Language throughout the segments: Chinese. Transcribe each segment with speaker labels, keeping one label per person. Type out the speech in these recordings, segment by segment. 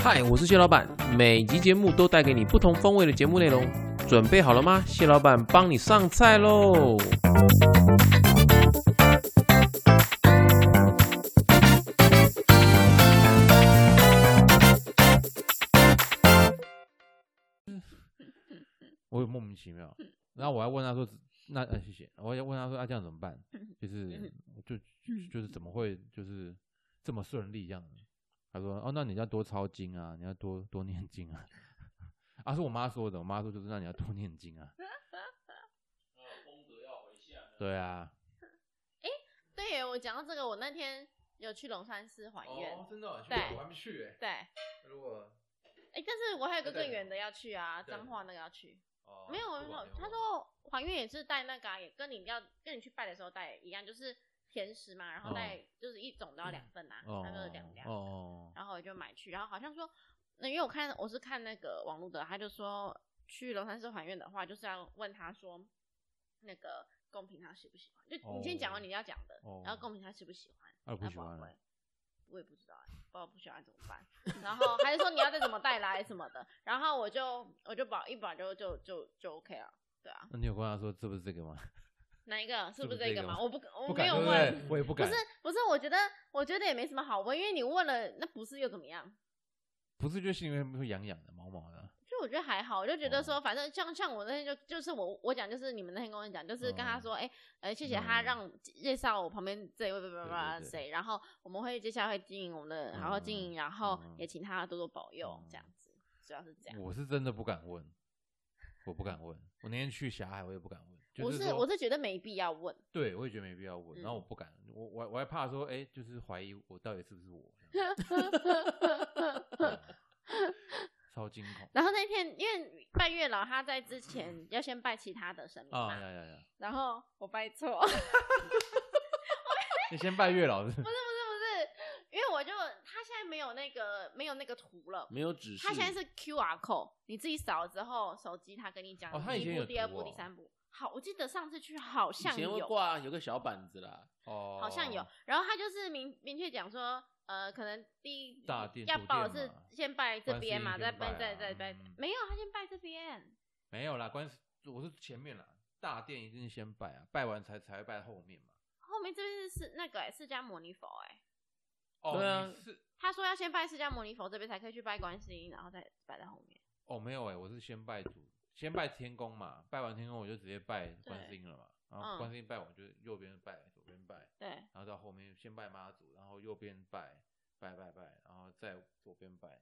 Speaker 1: 嗨，我是蟹老板，每集节目都带给你不同风味的节目内容，准备好了吗？蟹老板帮你上菜喽！
Speaker 2: 我也莫名其妙。然后我还问他说：“那呃，谢谢。”我也问他说：“啊，这样怎么办？就是就就是怎么会就是这么顺利这样子？”他说：“哦，那你要多抄经啊，你要多多念经啊。” 啊，是我妈说的，我妈说就是让你要多念经 啊。对啊，
Speaker 3: 对耶，我讲到这个，我那天有去龙山寺还愿，
Speaker 4: 真的、哦，
Speaker 3: 对
Speaker 4: 我还没去哎、
Speaker 3: 对，哎、
Speaker 4: 如果
Speaker 3: 但是我还有个
Speaker 4: 对
Speaker 3: 更远的要去啊，
Speaker 4: 对
Speaker 3: 彰化那个要去，
Speaker 4: 哦
Speaker 3: 没有，没有，他说还愿也是带那个、啊，也跟你要跟你去拜的时候带一样，就是甜食嘛，然后
Speaker 2: 哦
Speaker 3: 带、就是一种都要两份啊，
Speaker 1: 嗯
Speaker 2: 哦
Speaker 3: 三个两两，
Speaker 2: 哦，
Speaker 3: 然后我就买去，然后好像说，那因为我看我是看那个网络的，他就说去龙山寺还愿的话，就是要问他说那个公平他喜不喜欢，就你先讲完
Speaker 2: 哦
Speaker 3: 你要讲的，然
Speaker 2: 哦
Speaker 3: 后公平他喜不喜欢。
Speaker 2: 啊不
Speaker 3: 那
Speaker 2: 喜
Speaker 3: 宝
Speaker 2: 欢
Speaker 3: 贵，我也不知道哎、不知道不喜欢怎么办。然后还是说你要再怎么带来什么的，然后我就我就保一保就就就就 OK 了，对啊，
Speaker 2: 那你有跟他说这不是这个吗？
Speaker 3: 哪一个是不是
Speaker 2: 是
Speaker 3: 这
Speaker 2: 这
Speaker 3: 个
Speaker 2: 个
Speaker 3: 嘛？
Speaker 2: 吗
Speaker 3: 我不我没
Speaker 2: 不敢，
Speaker 3: 有
Speaker 2: 对不
Speaker 3: 问，
Speaker 2: 对？我也不
Speaker 3: 不
Speaker 2: 敢
Speaker 3: 是，不是，我觉得我觉得也没什么好问，因为你问了那不是又怎么样？
Speaker 2: 不是，就心里面会痒痒的、毛毛的。
Speaker 3: 就我觉得还好，我就觉得
Speaker 2: 哦
Speaker 3: 说，反正像像我那天就就是我我讲就是你们那天跟我讲，就是跟他
Speaker 2: 嗯
Speaker 3: 说，哎、呃，谢谢他
Speaker 2: 嗯
Speaker 3: 让介绍我旁边这一位不不
Speaker 2: 对
Speaker 3: 不
Speaker 2: 对
Speaker 3: 谁，然后我们会接下来会经营我们的，好好经营，然后
Speaker 2: 嗯
Speaker 3: 也请他多多保佑，这样
Speaker 2: 嗯
Speaker 3: 子，主要是这样。
Speaker 2: 我是真的不敢问，我不敢问。我那天去霞海，我也不敢问。就
Speaker 3: 我
Speaker 2: 是
Speaker 3: 是
Speaker 2: 说
Speaker 3: 我是觉得没必要问，
Speaker 2: 对，我也觉得没必要问，然后我
Speaker 3: 嗯
Speaker 2: 不敢，我我我还怕说，哎、就是怀疑我到底是不是我， 这样啊超惊恐
Speaker 3: 然后那天因为拜月老，他在之
Speaker 2: 嗯
Speaker 3: 前要先拜其他的神明嘛，
Speaker 2: 啊！呀呀呀！
Speaker 3: 然后我拜错。
Speaker 2: 你先拜月老是不
Speaker 3: 不
Speaker 2: 是？
Speaker 3: 是不是不是，因为我就他现在没有那个没有那个图了，
Speaker 1: 没有指示，
Speaker 3: 他现在是 QR code，你自己扫了之后，手机他跟你讲，
Speaker 2: 哦它
Speaker 3: 第
Speaker 2: 以前
Speaker 3: 一步、
Speaker 2: 有
Speaker 3: 第二
Speaker 2: 图
Speaker 3: 步、
Speaker 2: 哦
Speaker 3: 第三步。好，我记得上次去好
Speaker 1: 以
Speaker 3: 像
Speaker 1: 前会
Speaker 3: 有，
Speaker 1: 挂有个小板子啦，
Speaker 2: 哦，
Speaker 3: 好像有。然后他就是明明确讲说，呃，可能第一
Speaker 2: 大殿
Speaker 3: 要
Speaker 2: 主
Speaker 3: 报
Speaker 2: 殿
Speaker 3: 是
Speaker 2: 嘛
Speaker 3: 先拜这
Speaker 2: 观世
Speaker 3: 边
Speaker 2: 音
Speaker 3: 嘛，
Speaker 2: 先
Speaker 3: 再拜
Speaker 2: 拜
Speaker 3: 再
Speaker 2: 啊
Speaker 3: 再拜
Speaker 2: 嗯，
Speaker 3: 没有，他先拜这边。
Speaker 2: 没有啦？关我是前面啦，大殿一定是先拜啊，拜完才才会拜后面嘛。
Speaker 3: 后面这边是是那个欸释迦牟尼佛哎，
Speaker 2: 哦，
Speaker 1: 对啊
Speaker 2: 你是
Speaker 3: 他说要先拜释迦牟尼佛这边才可以去拜观世音，然后再摆在后面。
Speaker 2: 哦没有哎、我是先拜主，先拜天公嘛，拜完天公我就直接拜观世
Speaker 3: 对
Speaker 2: 音了嘛，然后
Speaker 3: 嗯
Speaker 2: 观世音拜我就右边拜，左边拜，
Speaker 3: 对，
Speaker 2: 然后到后面先拜妈祖，然后右边拜拜拜拜，然后再左边拜。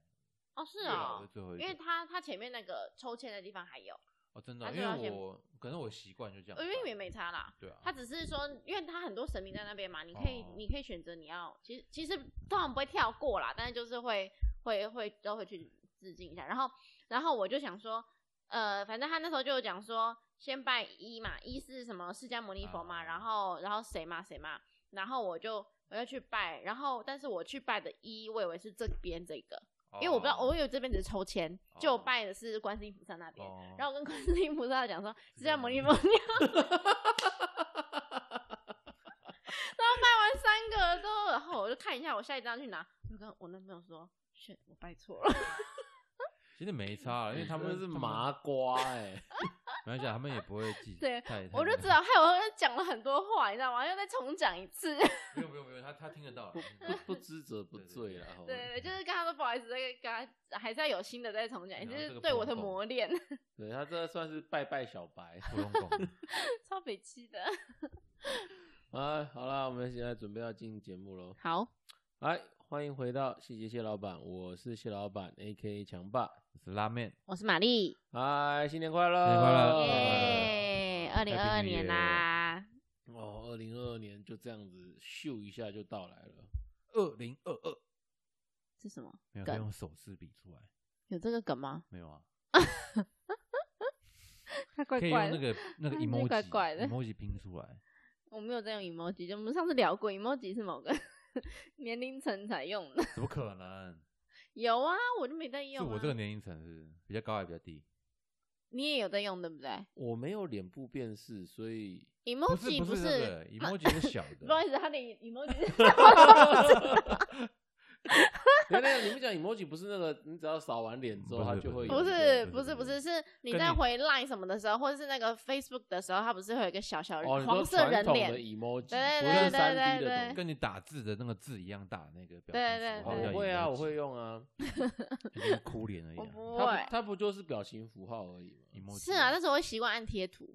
Speaker 3: 哦是
Speaker 2: 月老
Speaker 3: 哦，
Speaker 2: 最后一
Speaker 3: 因为
Speaker 2: 个
Speaker 3: 他他前面那个抽签的地方还有，
Speaker 2: 哦，真的
Speaker 3: 他
Speaker 2: 哦，
Speaker 3: 最后要
Speaker 2: 因为
Speaker 3: 先
Speaker 2: 我可能我习惯就这样
Speaker 3: 呃
Speaker 2: 拜，
Speaker 3: 因为也没差啦。
Speaker 2: 对啊，
Speaker 3: 他只是说，因为他很多神明在那边嘛，你可以、
Speaker 2: 哦
Speaker 3: 你可以选择你要，其实其实通常不会跳过啦，但是就是会会会都会去致敬一下。然后然后我就想说，呃，反正他那时候就有讲说，先拜一嘛，一是什么释迦牟尼佛嘛，
Speaker 2: 啊
Speaker 3: 然后然后谁嘛谁嘛，然后我就我就去拜，然后但是我去拜的一，我以为是这边这个，因为我不知道，我以为这边只是抽签，就我
Speaker 2: 哦
Speaker 3: 拜的是观世音菩萨那边。
Speaker 2: 哦，啊
Speaker 3: 然后我跟 观世音菩萨讲说，释迦牟尼佛，
Speaker 2: 释 迦
Speaker 3: 你要。然后拜完三个之后，然后我就看一下我下一张去拿，我就跟我男朋友说，shit，我拜错了。
Speaker 2: 其实没差啊，因为他们
Speaker 1: 真的是
Speaker 2: 他们
Speaker 1: 麻瓜哎、
Speaker 2: 没关系啊，他们也不会记
Speaker 3: 对
Speaker 2: 太，太
Speaker 3: 我就
Speaker 2: 那
Speaker 3: 只
Speaker 2: 个
Speaker 3: 好害我讲了很多话，你知道吗？又再重讲一次。
Speaker 2: 不用不用不用，他他听得到，他听得到
Speaker 1: 不不知者不罪啦。吼
Speaker 3: 对，就是跟他说不好意思，再跟他还是要有新的再重讲，
Speaker 2: 然
Speaker 3: 就
Speaker 2: 后这
Speaker 3: 是
Speaker 2: 个
Speaker 3: 对
Speaker 2: 不
Speaker 3: 我的
Speaker 2: 能动
Speaker 3: 磨练，
Speaker 1: 对他这算是拜拜小 白
Speaker 2: 不用管。
Speaker 3: 超北气的。
Speaker 1: 啊。好啦，我们现在准备要进节目喽。
Speaker 3: 好，
Speaker 1: 来，哎欢迎回到细节蟹老板，我是蟹老板 A K 强爸。
Speaker 2: 是拉面，
Speaker 3: 我是玛丽，
Speaker 1: 嗨，新年快乐！
Speaker 2: 新年快乐
Speaker 3: 耶，二
Speaker 2: Happy
Speaker 3: 零
Speaker 2: New
Speaker 3: 二二年
Speaker 2: 呃 Year
Speaker 3: 啦。
Speaker 1: 哦，二零二二年就这样子咻一下就到来了。
Speaker 2: 二零二二，
Speaker 3: 是什么？
Speaker 2: 没有
Speaker 3: 梗
Speaker 2: 他用手势比出来，
Speaker 3: 有这个梗吗？
Speaker 2: 没有啊，
Speaker 3: 他怪
Speaker 2: 可以用
Speaker 3: 怪
Speaker 2: 那
Speaker 3: 的。
Speaker 2: 个那个
Speaker 3: 他那
Speaker 2: emoji
Speaker 3: 怪怪的
Speaker 2: emoji 拼出来，
Speaker 3: 我没有在用 emoji，就我们上次聊过，emoji 是某个年龄层才用的。
Speaker 2: 怎么可能？
Speaker 3: 有啊，我就没在
Speaker 2: 是
Speaker 3: 用、啊。
Speaker 2: 我这个年龄层是比较高还比较低？
Speaker 3: 你也有在用对不对
Speaker 1: 我没有脸部辨识，所以
Speaker 2: 不是
Speaker 3: ？emoji
Speaker 2: 不是
Speaker 3: 是
Speaker 2: 那个 emoji 是小
Speaker 3: 不好
Speaker 2: 的，
Speaker 3: 意思，他的 emoji 是
Speaker 1: 原来你们讲 emoji 不是那个，你只要扫完脸之后，
Speaker 2: 不
Speaker 1: 它
Speaker 2: 是
Speaker 1: 就
Speaker 2: 不
Speaker 1: 会
Speaker 2: 是
Speaker 1: 有
Speaker 3: 不
Speaker 1: 一个
Speaker 3: 是
Speaker 2: 对
Speaker 3: 不是
Speaker 2: 对
Speaker 3: 不是，
Speaker 2: 对
Speaker 3: 是你
Speaker 1: 跟
Speaker 3: 在
Speaker 1: 你
Speaker 3: 回 Line 什么的时候，或者是那个 Facebook 的时候，它不是会有一个小小人
Speaker 1: 哦，你说
Speaker 3: 黄色
Speaker 1: 传
Speaker 3: 人
Speaker 1: 统
Speaker 3: 脸
Speaker 1: 的？emoji，
Speaker 3: 对
Speaker 1: 不是
Speaker 3: 对对
Speaker 1: 三
Speaker 3: 对
Speaker 1: D
Speaker 3: 对
Speaker 1: 的东西。
Speaker 2: 跟你打字的那个字一样大的那个
Speaker 3: 对
Speaker 2: 表情
Speaker 3: 对
Speaker 2: 符
Speaker 1: 哦
Speaker 2: 号
Speaker 3: 对
Speaker 2: 叫
Speaker 1: 我会啊，
Speaker 2: emoji
Speaker 1: 我会，用啊。
Speaker 2: 就是哭脸而已
Speaker 3: 我不
Speaker 2: 啊。
Speaker 1: 它
Speaker 3: 会
Speaker 1: 不，它不就是表情符号而已吗？
Speaker 2: emoji
Speaker 3: 是啊，但是我会习惯按贴图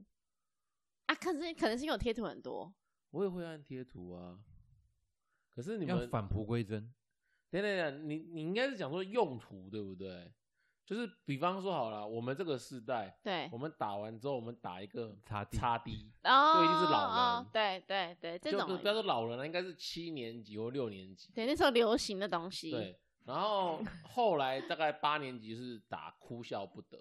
Speaker 3: 啊，可是可能是因为我贴图很多，
Speaker 1: 我也会按贴图啊。可是你
Speaker 2: 要
Speaker 1: 们
Speaker 2: 返璞归真，
Speaker 1: 等等等，你你应该是讲说用途对不对？就是比方说好了，我们这个世代，
Speaker 3: 对
Speaker 1: 我，们打完之后，我们打一个
Speaker 2: 擦地
Speaker 1: 叉 D，
Speaker 3: 然后
Speaker 1: 就一定是老人
Speaker 3: 哦，对对对，这
Speaker 1: 就
Speaker 3: 种
Speaker 1: 不不要说老人了，应该是七年级或六年级。
Speaker 3: 对那时候流行的东西，
Speaker 1: 对，然后后来大概八年级是打哭笑不得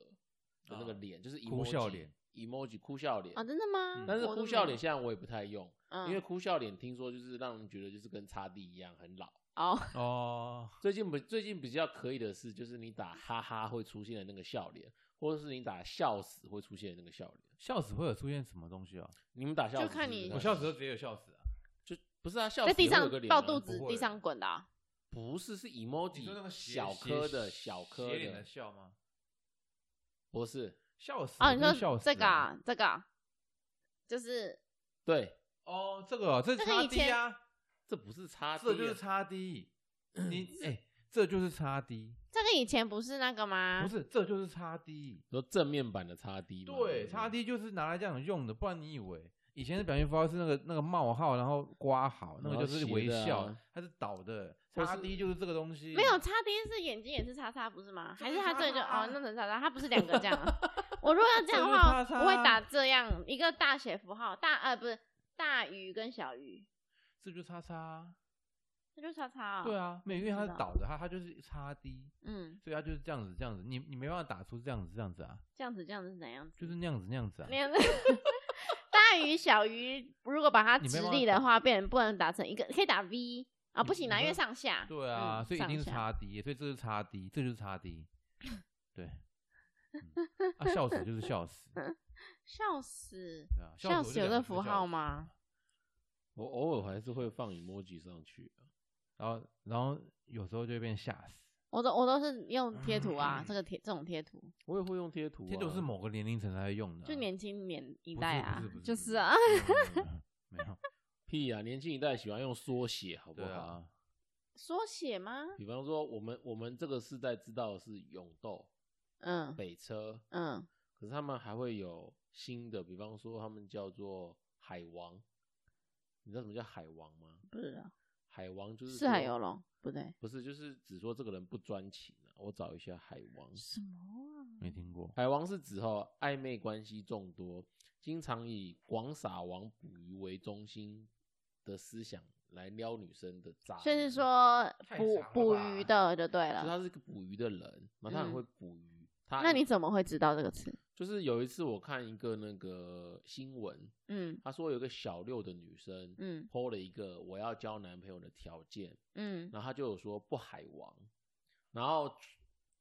Speaker 1: 的那个脸，就是 emoji,
Speaker 2: 啊哭笑脸
Speaker 1: ，emoji 哭笑脸。
Speaker 3: 哦，真的吗
Speaker 2: 嗯？
Speaker 1: 但是
Speaker 3: 我都
Speaker 1: 哭
Speaker 3: 没
Speaker 1: 笑
Speaker 3: 有
Speaker 1: 脸，现在我也不太用，
Speaker 3: 嗯
Speaker 1: 因为哭笑脸听说就是让人觉得就是跟叉 D 一样很老。
Speaker 3: 哦，
Speaker 2: 哦，
Speaker 1: 最近不最近比较可以的是，就是你打哈哈会出现的那个笑脸，或者是你打笑死会出现的那个笑脸。
Speaker 2: 笑死会有出现什么东西哦？
Speaker 1: 你们打笑死
Speaker 3: 就是看
Speaker 1: 不是
Speaker 3: 你
Speaker 1: 打
Speaker 3: 我
Speaker 2: 都直接有笑死啊！
Speaker 1: 就不是啊，笑死
Speaker 3: 在地
Speaker 1: 也会有
Speaker 3: 上
Speaker 1: 个脸
Speaker 3: 抱
Speaker 1: 啊
Speaker 3: 肚子
Speaker 2: 不会
Speaker 3: 地上滚的啊，
Speaker 1: 不是是
Speaker 2: 你说那
Speaker 1: emoji
Speaker 2: 个斜
Speaker 1: 小颗
Speaker 2: 斜
Speaker 1: 的小颗
Speaker 2: 斜脸
Speaker 1: 的
Speaker 2: 的，笑吗？
Speaker 1: 不是
Speaker 2: 笑死
Speaker 3: 哦，你
Speaker 2: 不是
Speaker 3: 说
Speaker 2: 笑死
Speaker 3: 这个
Speaker 2: 啊
Speaker 3: 啊这个啊就是
Speaker 1: 对，
Speaker 2: 哦，这个哦这是
Speaker 3: 这个
Speaker 2: 差
Speaker 3: 以
Speaker 2: D
Speaker 3: 前
Speaker 2: 啊，
Speaker 1: 这不是叉 D，
Speaker 2: 这就是
Speaker 1: 啊
Speaker 2: 差 D，你哎，这就是差 D，
Speaker 3: 这个以前不是那个吗？
Speaker 2: 不是这就是差 D，
Speaker 1: 你说正面版的叉 D 吗？
Speaker 2: 对，
Speaker 1: 不
Speaker 2: 叉 D 就是拿来这样用的，不然你以为以前的表情符号是那个那个冒号，然后刮好，那
Speaker 1: 然后
Speaker 2: 个就是
Speaker 1: 斜
Speaker 2: 微
Speaker 1: 的
Speaker 2: 笑，
Speaker 1: 啊
Speaker 2: 它是倒的。
Speaker 1: 或
Speaker 2: 叉
Speaker 1: 是
Speaker 2: D 就是这个东西，
Speaker 3: 没有叉 D 是眼睛也是叉叉不是吗？
Speaker 2: 这
Speaker 3: 还
Speaker 2: 就是
Speaker 3: 他
Speaker 2: 叉
Speaker 3: 这个就
Speaker 2: 叉啊
Speaker 3: 哦，那能叉叉，他不是两个这样、啊。我如果要这样的话，
Speaker 2: 这就是叉叉啊
Speaker 3: 我会打这样一个大写符号，大呃不是大鱼跟小鱼，
Speaker 2: 这就是叉叉。
Speaker 3: 这就是叉叉、啊。
Speaker 2: 对，啊，没有，因为它是
Speaker 3: 知道
Speaker 2: 倒的，它它就是叉 D，
Speaker 3: 嗯，
Speaker 2: 所以它就是这样子这样子，你你没办法打出这样子这样子啊，
Speaker 3: 这样子这样子是怎样子？
Speaker 2: 就是那样子那样子啊。
Speaker 3: 那样子。 大鱼小鱼，如果把它
Speaker 2: 你没
Speaker 3: 直
Speaker 2: 办法
Speaker 3: 立的话，变成不能打成一个，可以打 V 啊，
Speaker 2: 你
Speaker 3: 不行啊，
Speaker 2: 你
Speaker 3: 因为
Speaker 2: 会
Speaker 3: 上下。
Speaker 2: 嗯对啊，
Speaker 3: 嗯
Speaker 2: 所以一定是
Speaker 3: 上下
Speaker 2: 叉 D，所以这是叉 D，这就是 叉 D，对。嗯啊，笑死就是笑死，
Speaker 3: 笑死！
Speaker 2: 对啊，
Speaker 3: 笑
Speaker 2: 死
Speaker 3: 死有这符号？吗？
Speaker 1: 我偶尔还是会放 emoji 上去啊、
Speaker 2: 然后然后有时候就会变吓死。
Speaker 3: 我都我都是
Speaker 2: 嗯
Speaker 3: 用贴图啊，这个贴这种贴图，
Speaker 1: 我也会用贴图、啊，
Speaker 2: 贴图是某个年龄层才会用的啊、
Speaker 3: 就年轻年一代啊
Speaker 2: 不是不是不，是
Speaker 3: 就
Speaker 2: 不
Speaker 3: 是啊，
Speaker 2: 没有没 有没有没有
Speaker 1: 屁啊！年轻一代喜欢用缩写，好不
Speaker 2: 对
Speaker 1: 好？
Speaker 2: 啊，
Speaker 3: 缩写吗？
Speaker 1: 比方说，我们我们这个世代知道的是永豆、
Speaker 3: 嗯
Speaker 1: 北车，
Speaker 3: 嗯，
Speaker 1: 可是他们还会有新的，比方说他们叫做海王。你知道什么叫海王吗？
Speaker 3: 不啊知道，
Speaker 1: 海王就是
Speaker 3: 四海
Speaker 1: 说
Speaker 3: 游龙不对，
Speaker 1: 不是就是只说这个人不专情啊。我找一下海王，
Speaker 3: 什么
Speaker 2: 没听过。
Speaker 1: 海王是指哈暧昧关系众多，经常以广撒网捕鱼为中心的思想来撩女生的渣
Speaker 3: 啊？
Speaker 1: 男。
Speaker 3: 所以是说
Speaker 2: 太
Speaker 3: 捕
Speaker 2: 长了
Speaker 3: 捕
Speaker 2: 吧
Speaker 3: 鱼的就对
Speaker 1: 就
Speaker 3: 了。
Speaker 1: 他是个捕鱼的人，然后他很会捕鱼。他
Speaker 3: 那你怎么会知道这个词？
Speaker 1: 就是有一次我看一个那个新闻，
Speaker 3: 嗯
Speaker 1: 他说有一个小六的女生，
Speaker 3: 嗯
Speaker 1: 抛了一个我要交男朋友的条件，
Speaker 3: 嗯，
Speaker 1: 然后他就有说不海王，然后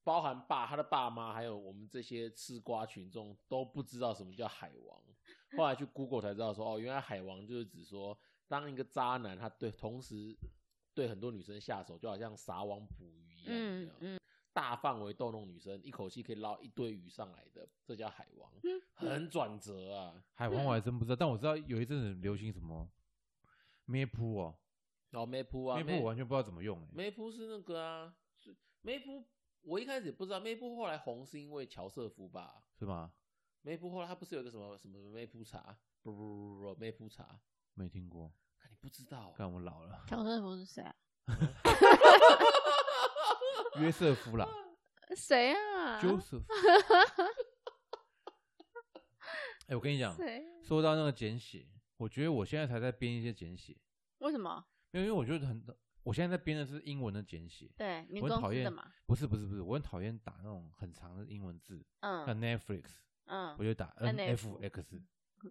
Speaker 1: 包含爸他的爸妈，还有我们这些吃瓜群众都不知道什么叫海王。后来去 Google 才知道说，哦，原来海王就是指说，当一个渣男，他对同时对很多女生下手，就好像撒网捕鱼一样，
Speaker 3: 嗯
Speaker 1: 嗯嗯，大范围逗弄女生，一口气可以捞一堆鱼上来的，这叫海王，
Speaker 3: 嗯，
Speaker 1: 很转折啊。
Speaker 2: 海王我还真不知道，但我知道有一阵子流行什么咩扑哦，
Speaker 1: 然后梅扑啊，
Speaker 2: 咩扑我完全不知道怎么用欸
Speaker 1: 梅普是那个啊，是梅普，我一开始也不知道梅普后来红是因为乔瑟夫吧？
Speaker 2: 是吗？
Speaker 1: 梅普后来他不是有一个什么什么梅普茶，不不不不不梅普茶，
Speaker 2: 没听过，
Speaker 1: 看你不知道啊、
Speaker 2: 看我老了
Speaker 3: 乔瑟夫是谁啊？
Speaker 2: 约瑟夫啦
Speaker 3: 谁啊？
Speaker 2: ，Joseph。哎，我跟你讲，
Speaker 3: 谁？
Speaker 2: 说到那个简写，我觉得我现在才在编一些简写，
Speaker 3: 为什么？
Speaker 2: 没有，因为我觉得很，我现在在编的是英文的简写，
Speaker 3: 对，你
Speaker 2: 我很
Speaker 3: 公
Speaker 2: 讨
Speaker 3: 司的
Speaker 2: 厌
Speaker 3: 嘛？，
Speaker 2: 不是不是不是，我很讨厌打那种很长的英文字，像
Speaker 3: 嗯
Speaker 2: Netflix，我
Speaker 3: 嗯，
Speaker 2: 就打 N F
Speaker 3: NF
Speaker 2: X，是不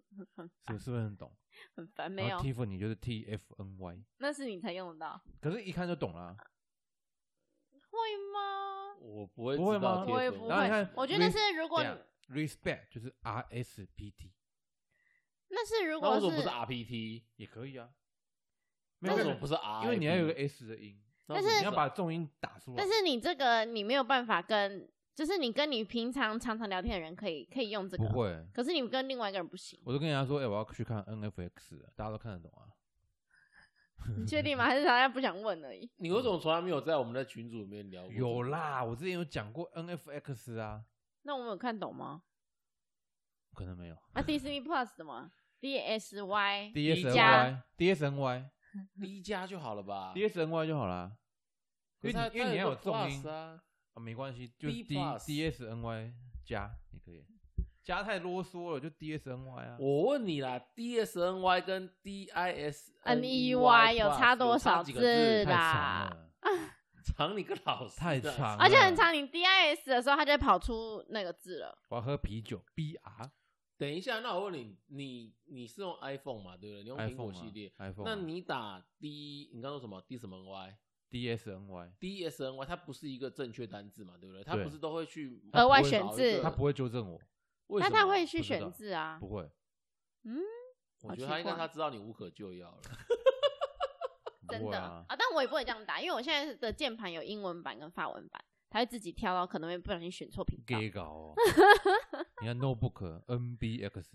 Speaker 2: 是不是很懂？
Speaker 3: 很烦，没
Speaker 2: 然
Speaker 3: 有
Speaker 2: 后，Tiffany 就是 T F N Y，
Speaker 3: 那是你才用得到，
Speaker 2: 可是一看就懂啦。
Speaker 3: 会吗？
Speaker 1: 我不会
Speaker 2: 不会
Speaker 1: 知道
Speaker 2: 吗
Speaker 1: 贴
Speaker 3: 我也
Speaker 1: 什么
Speaker 3: 不
Speaker 2: 然后你
Speaker 3: 会
Speaker 2: 看，
Speaker 3: 我觉得
Speaker 2: Res-
Speaker 3: 是如果
Speaker 2: 对
Speaker 3: 你
Speaker 2: 啊 Respect 就是 R S P T
Speaker 3: 那是如
Speaker 1: 那为
Speaker 3: 果
Speaker 1: 什么不是
Speaker 3: 是
Speaker 1: RPT？
Speaker 2: 也可以啊，没
Speaker 1: 那
Speaker 2: 有
Speaker 1: 为什
Speaker 2: 为什
Speaker 1: 么
Speaker 2: 么
Speaker 1: 不是 R？
Speaker 2: 因为你要有个 S 的音，
Speaker 1: 但
Speaker 3: 是
Speaker 2: 你要把重音打出来。
Speaker 3: 但是你这个你没有办法跟，就是你跟你平常常常聊天的人可以可以用这个，啊
Speaker 2: 不，会，
Speaker 3: 可是你跟另外一个人不 行，
Speaker 2: 我就跟人家说，哎、我要去看 NFX，了大家都看得懂啊。
Speaker 3: 你确定吗？还是大家不想问而已？
Speaker 1: 你为什么从来没有在我们的群组里面聊过？
Speaker 2: 有，啦，我之前有讲过 NFX 啊，
Speaker 3: 那我们有看懂吗？
Speaker 2: 可能没有。
Speaker 3: 啊，Disney Plus 的吗？DSY
Speaker 2: DSNY DSNY
Speaker 1: 一加就好了
Speaker 3: 啊
Speaker 1: 吧？
Speaker 2: DSNY 就好啦，
Speaker 1: 可
Speaker 2: 因
Speaker 1: 是
Speaker 2: 为
Speaker 1: 它
Speaker 2: 你因为
Speaker 1: 它
Speaker 2: 你要
Speaker 1: 有
Speaker 2: 有
Speaker 1: 个
Speaker 2: 重音
Speaker 1: plus 啊。
Speaker 2: 啊，没关系，就
Speaker 1: B
Speaker 2: D
Speaker 1: plus
Speaker 2: DSNY 加也可以，加太啰嗦了，就 DSNY 啊。
Speaker 1: 我问你啦，DSNY 跟 DIS
Speaker 3: NEY E 有差多少
Speaker 1: E 几个字
Speaker 3: 字？
Speaker 2: 太
Speaker 3: 啦
Speaker 2: 长了，
Speaker 1: 长你个老师啊，
Speaker 2: 太长了，
Speaker 3: 而且很长，你 DIS 的时候，它就会跑出那个字了。
Speaker 2: 我要喝啤酒，BR
Speaker 1: 等一下，那我问你，你你是用 iPhone 嘛？对不对？你用苹
Speaker 2: iPhone
Speaker 1: 果
Speaker 2: 嘛
Speaker 1: 系列，
Speaker 2: iPhone，啊
Speaker 1: 那
Speaker 2: 嘛
Speaker 1: 你打 D，你刚说什么 D 什么
Speaker 2: DSNY
Speaker 1: Y？DSNY 它不是一个正确单字嘛？对不对？它
Speaker 2: 对
Speaker 1: 不是都会去
Speaker 3: 额
Speaker 1: 它
Speaker 3: 外
Speaker 1: 不会
Speaker 3: 选
Speaker 1: 找一
Speaker 3: 字
Speaker 1: 个
Speaker 2: 他不会纠正我，
Speaker 1: 为
Speaker 3: 那
Speaker 1: 什么
Speaker 3: 他会去
Speaker 2: 不知
Speaker 3: 选
Speaker 2: 道
Speaker 3: 字啊？
Speaker 2: 不会，
Speaker 1: 我
Speaker 3: 好
Speaker 1: 觉得
Speaker 3: 奇
Speaker 1: 他应该
Speaker 3: 怪
Speaker 1: 他知道你无可救药 了。
Speaker 2: 不
Speaker 3: 真
Speaker 2: 会
Speaker 3: 的
Speaker 2: 啊，
Speaker 3: 但我也不会这样打，因为我现在的键盘有英文版跟法文版，它会自己跳到，可能会不小心选错频道。
Speaker 2: 给搞 哦。你看 Notebook NBX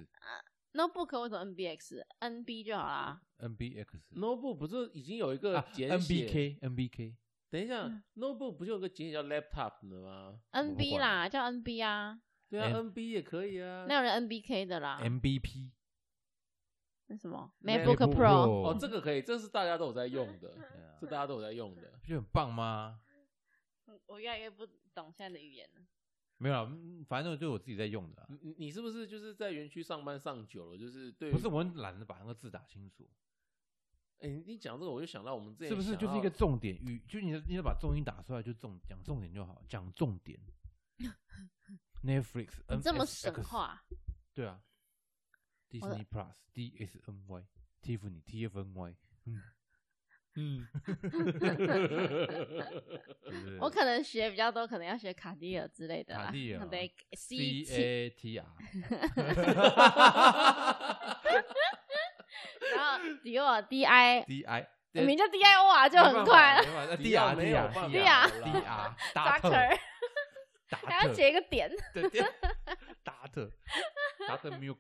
Speaker 3: Notebook 为什么 NBX？NB 就好啦。
Speaker 2: NBX
Speaker 1: Notebook 不是已经有一个
Speaker 2: 啊
Speaker 1: 简写
Speaker 2: NBK NBK
Speaker 1: 等一下
Speaker 3: 嗯
Speaker 1: ，Notebook 不就有个简写叫 Laptop 的吗？
Speaker 3: NB 啦，叫 NB 啊，
Speaker 1: 对啊
Speaker 2: M-
Speaker 1: ，NB 也可以啊。
Speaker 3: 那有人 NBK 的啦。
Speaker 2: MVP
Speaker 3: 那什么
Speaker 1: MacBook
Speaker 3: MacBook Pro，
Speaker 1: 哦，这个可以，这是大家都有在用的，
Speaker 2: 对啊
Speaker 1: 这大家都有在用的。
Speaker 2: 不就很棒吗？
Speaker 3: 嗯我越来越不懂现在的语言了。
Speaker 2: 没有啦，嗯反正就是我自己在用的啦。啊
Speaker 1: 你你你是不是就是在园区上班上久了，就是嗯对于
Speaker 2: 不是我很懒得把那个字打清楚，
Speaker 1: 哎、你讲这个我就想到我们之前
Speaker 2: 是不是
Speaker 1: 想
Speaker 2: 就是一
Speaker 1: 要
Speaker 2: 个重点语？就你你要把重音打出来，就重讲重点就好，讲重 点。Netflix，
Speaker 3: 你这么
Speaker 2: NSX
Speaker 3: 神？话，
Speaker 2: 对啊，Disney Plus DSNY Tiffany TFNY，嗯嗯，对不对
Speaker 3: 我可能学比较多，可能要学卡地尔之类的啦。
Speaker 2: 卡地尔
Speaker 3: 对
Speaker 2: C
Speaker 3: ，C
Speaker 2: A T R，
Speaker 3: 然后 Dior D I，
Speaker 2: D I，呃
Speaker 3: 名叫 D I O R 就很快了。
Speaker 2: 了
Speaker 1: 迪
Speaker 2: ，D
Speaker 1: 亚
Speaker 2: R
Speaker 1: 没
Speaker 2: D
Speaker 1: 有
Speaker 2: R
Speaker 1: 办
Speaker 2: D
Speaker 1: 法
Speaker 2: R
Speaker 1: 了
Speaker 2: D
Speaker 1: 啦
Speaker 2: R，达特
Speaker 3: Zucker
Speaker 2: 达
Speaker 3: 还要
Speaker 2: 特
Speaker 3: 写一个点，
Speaker 2: 对对，达特达特 milk，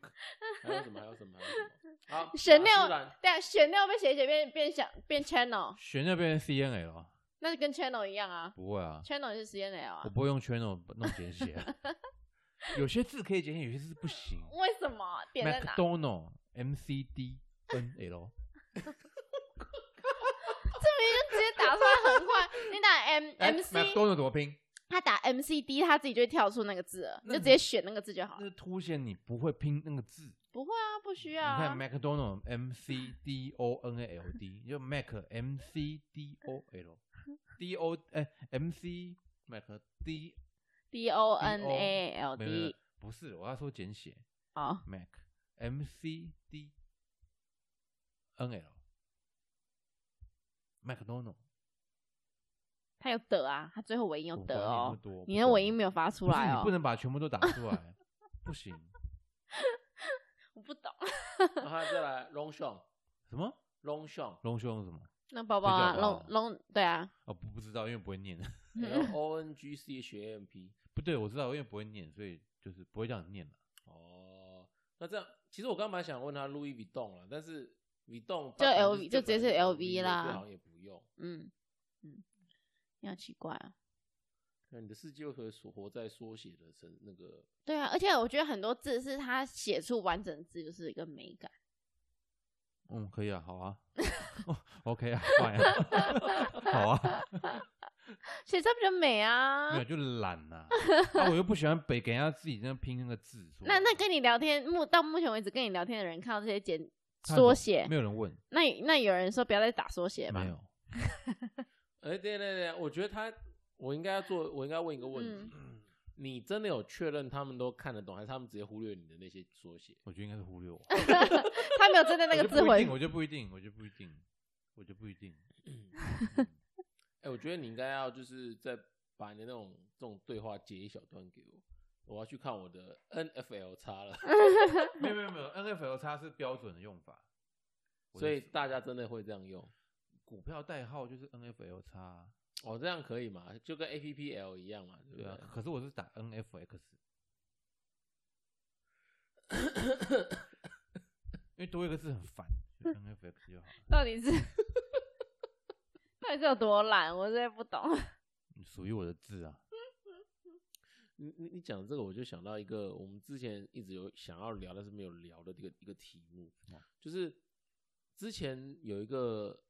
Speaker 1: 还有什么？还有什么？还有什么？好，
Speaker 3: 神
Speaker 1: 那
Speaker 3: 庙
Speaker 1: 自然
Speaker 3: 对啊，选料被写写变变想变 channel，
Speaker 2: 选那边 C N L
Speaker 3: 那就跟 channel 一样啊
Speaker 2: 不会啊，
Speaker 3: ，channel 是 CNL 啊
Speaker 2: 我，不会用 channel 弄简写 啊，有些字可以简写，有些字不行。
Speaker 3: 为什么点在哪？
Speaker 2: McDonald M C D N L，
Speaker 3: 直接打出来很快，你打 M
Speaker 2: 哎
Speaker 3: M C，
Speaker 2: McDonald 怎么拼？
Speaker 3: 他打 M C D，他自己就会跳出那个字了，你
Speaker 2: 那
Speaker 3: 就
Speaker 2: 你
Speaker 3: 直接选那个字就好了。
Speaker 2: 那凸显你不会拼那个字。
Speaker 3: 不会啊，不需要
Speaker 2: 你
Speaker 3: 啊
Speaker 2: 看。McDonald M C D O N A L D，就 Mac M C D O L D O 哎 M C Mac D
Speaker 3: D O N A L
Speaker 2: 没有没有没
Speaker 3: 哦 D，
Speaker 2: 有不是，我要说简写
Speaker 3: 哦，
Speaker 2: Mac M C D N L McDonald，
Speaker 3: 他有的啊，他最后尾音有
Speaker 2: 我
Speaker 3: 的
Speaker 2: 管
Speaker 3: 哦
Speaker 2: 那么，多
Speaker 3: 你的尾音没有发
Speaker 2: 不
Speaker 3: 出来
Speaker 2: 是你不
Speaker 3: 哦，
Speaker 2: 能把全部都打 出来，不行。
Speaker 3: 我不懂。
Speaker 1: 然后再来 Long Sean
Speaker 2: 什么
Speaker 1: Long Sean
Speaker 2: 隆胸是什么？
Speaker 3: 那宝宝啊，
Speaker 2: 这叫宝
Speaker 3: 龙
Speaker 2: 宝
Speaker 3: 龙对啊，
Speaker 2: 哦，不不知道，因为不会念。
Speaker 3: 嗯
Speaker 1: L 哎 O N G C H A M P
Speaker 2: 不对，我知道，因为不会念，所以就是不会这样念了。
Speaker 1: 哦，那这样其实我刚蛮想问他 Louis Vuitton 了，但是 Vuitton
Speaker 3: 就
Speaker 1: 它本
Speaker 3: LV
Speaker 1: 来是
Speaker 3: 就直接是 LV
Speaker 1: 对
Speaker 3: 啦
Speaker 1: 好像也不用。
Speaker 3: 嗯嗯，你好奇怪啊。
Speaker 1: 那你的世界和所活在缩写的成那个
Speaker 3: 对啊，而且我觉得很多字是他写出完整字就是一个美感。
Speaker 2: 嗯，可以啊，好 啊 o k 啊，fine 啊，好啊，
Speaker 3: 写这比较美啊
Speaker 2: 没。有就懒 呐、啊，啊，我又不喜欢北给人家自己在那拼那个字出来，
Speaker 3: 那那跟你聊天目到目前为止跟你聊天的人看到这些简
Speaker 2: 看
Speaker 3: 缩
Speaker 2: 着
Speaker 3: 写，
Speaker 2: 没有人问，
Speaker 3: 那那有人说不要再打缩写嘛
Speaker 2: 没？有，
Speaker 1: 哎、对对对，我觉得他，我应该要做，我应该问一个问题：
Speaker 2: 嗯
Speaker 1: 你真的有确认他们都看得懂，还是他们直接忽略你的那些缩写？
Speaker 2: 我觉得应该是忽略我，
Speaker 3: 他没有针对 那
Speaker 2: 我
Speaker 3: 个
Speaker 2: 就
Speaker 3: 字
Speaker 2: 不一定，
Speaker 3: 回。
Speaker 2: 我就不一定，我就不一定，我就不一 定，嗯
Speaker 1: 哎、我觉得你应该要就是再把你的那种这种对话截一小段给我，我要去看我的 NFL 差了，
Speaker 2: 没有没有没有，NFL 它是标准的用法，我
Speaker 1: 所以
Speaker 2: 在
Speaker 1: 大家真的会这样用。
Speaker 2: 股票代号就是 NFL 叉，
Speaker 1: 哦，这样可以嘛？就跟 A P P L 一样嘛，对不
Speaker 2: 对
Speaker 1: 对？
Speaker 2: 啊。可是我是打 NFX，因为多一个字很烦，就 NFX 就好了。
Speaker 3: 到底是到底是有多懒？我真的不懂。
Speaker 2: 你属于我的字啊，
Speaker 1: 你你你讲这个，我就想到一个我们之前一直有想要聊，但是没有聊的一个一个题目
Speaker 2: 么，
Speaker 1: 就是之前有一个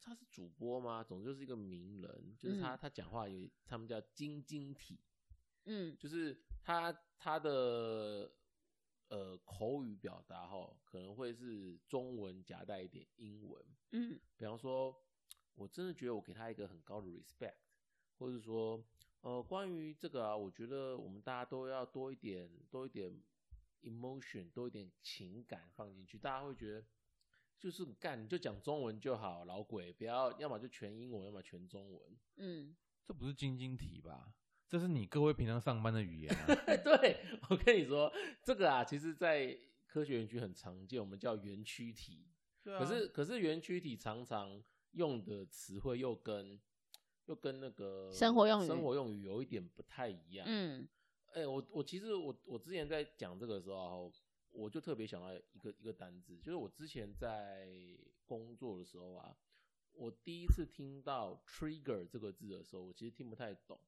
Speaker 1: 他是主播吗？总之就是一个名人，就是他、他讲话有他们叫晶晶体，
Speaker 3: 嗯
Speaker 1: 就是他他的呃口语表达哈，可能会是中文夹带一点英文，
Speaker 3: 嗯
Speaker 1: 比方说，我真的觉得我给他一个很高的 respect，或者说，呃，关于这个啊，我觉得我们大家都要多一点，多一点 emotion，多一点情感放进去，大家会觉得就是干你就讲中文就好，老鬼，不要要么就全英文，要么全中文。
Speaker 3: 嗯，
Speaker 2: 这不是晶晶体吧？这是你各位平常上班的语 言啊。
Speaker 1: 对我跟你说，这个啊，其实在科学园区很常见，我们叫园区题。
Speaker 2: 对啊
Speaker 1: 可是可是园区体常常用的词汇又跟又跟那个
Speaker 3: 生活用语
Speaker 1: 生活用语有一点不太一样。，
Speaker 3: 嗯
Speaker 1: 哎、我我其实我我之前在讲这个的时候，我就特别想到一个一个单字，就是我之前在工作的时候啊，我第一次听到 trigger 这个字的时候，我其实听不太懂，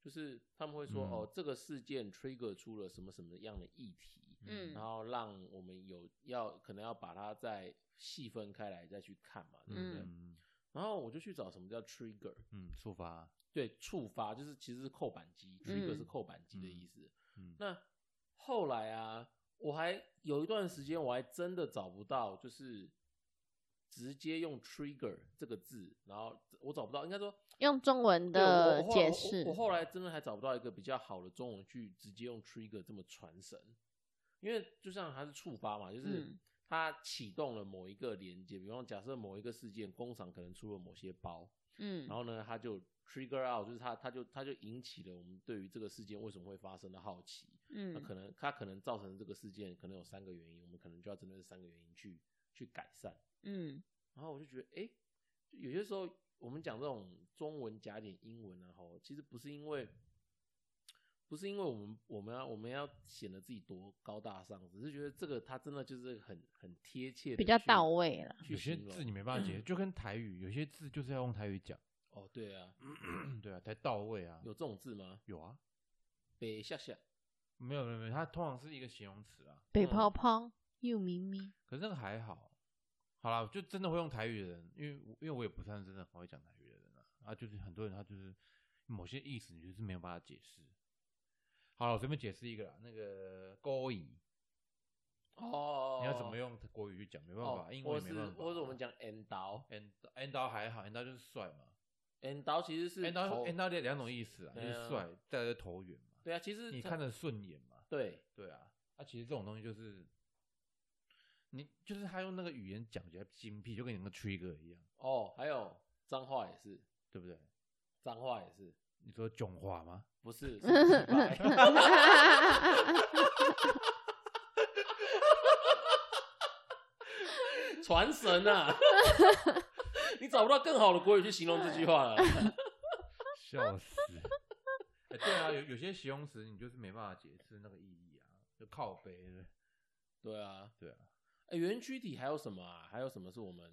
Speaker 1: 就是他们会说、
Speaker 2: 嗯
Speaker 1: 哦，这个事件 trigger 出了什么什么样的议题，
Speaker 3: 嗯
Speaker 1: 然后让我们有要可能要把它再细分开来再去看嘛，对不对？
Speaker 2: 嗯
Speaker 1: 然后我就去找什么叫 trigger，
Speaker 2: 嗯，触发，
Speaker 1: 对，触发就是其实是扣板机、
Speaker 3: 嗯
Speaker 1: t r i g g e r 是扣板机的意思。
Speaker 2: 嗯，
Speaker 1: 那后来啊，我还有一段时间我还真的找不到，就是直接用 trigger 这个字，然后我找不到，应该说
Speaker 3: 用中文
Speaker 1: 对我我
Speaker 3: 的
Speaker 1: 后来
Speaker 3: 解释
Speaker 1: 我我。我后来真的还找不到一个比较好的中文去直接用 trigger 这么传神，因为就像它是触发嘛，就是
Speaker 3: 嗯
Speaker 1: 它启动了某一个连接，比方假设某一个事件，工厂可能出了某些包，
Speaker 3: 嗯
Speaker 1: 然后呢，它就 trigger out，就是它它就它就引起了我们对于这个事件为什么会发生的好奇，那
Speaker 3: 嗯
Speaker 1: 可能它可能造成这个事件可能有三个原因，我们可能就要针对这三个原因去去改善。
Speaker 3: 嗯
Speaker 1: 然后我就觉得，哎、就有些时候我们讲这种中文加点英文啊，吼，其实不是因为不是因为我们我们要我们要显得自己多高大上，只是觉得这个它真的就是很很贴切地
Speaker 3: 比较
Speaker 1: 去
Speaker 3: 到位了。
Speaker 1: 去
Speaker 2: 有些
Speaker 1: 形容
Speaker 2: 字你没办法解释，就跟台语，有些字就是要用台语讲，
Speaker 1: 哦，对啊，
Speaker 2: 对啊，才到位啊。
Speaker 1: 有这种字吗？
Speaker 2: 有啊，
Speaker 1: 北下下，
Speaker 2: 没有没有没有，它通常是一个形容词啊。
Speaker 3: 北
Speaker 1: 嗯
Speaker 3: 泡泡又咪咪，
Speaker 2: 可是那个还好，好啦，就真的会用台语的人，因为我因为我也不算真的很会讲台语的人啊，啊，就是很多人他就是某些意思你就是没有办法解释。好了，我随便解释一个啦，那个勾引，
Speaker 1: 哦，
Speaker 2: 你要怎么用国语去讲？没办
Speaker 1: 哦
Speaker 2: 法，英
Speaker 1: 或
Speaker 2: 文也
Speaker 1: 是
Speaker 2: 没办法。
Speaker 1: 或者我们讲 end 刀
Speaker 2: end end 刀还好，end 刀就是帅嘛
Speaker 1: ，end 刀其实是
Speaker 2: ，end 刀
Speaker 1: 头
Speaker 2: end 刀两种意思啊，就
Speaker 1: 对啊
Speaker 2: 是帅，再来就是投缘嘛，
Speaker 1: 对啊，其实
Speaker 2: 你
Speaker 1: 它
Speaker 2: 看着顺眼嘛，
Speaker 1: 对
Speaker 2: 对啊，那、其实这种东西就是，你就是他用那个语言讲起来精辟，就跟你那个 trigger 一样，
Speaker 1: 哦，还有脏话也是，
Speaker 2: 对不对？
Speaker 1: 脏话也是。
Speaker 2: 你说囧话 吗？
Speaker 1: 不是，是自白传神啊！你找不到更好的国语去形容这句话 了。
Speaker 2: 笑死！哎对 啊，有有些形容词你就是没办法解释那个意义啊，就靠背对不对
Speaker 1: 对啊，
Speaker 2: 对啊，
Speaker 1: 哎，园区体还有什么啊？还有什么是我们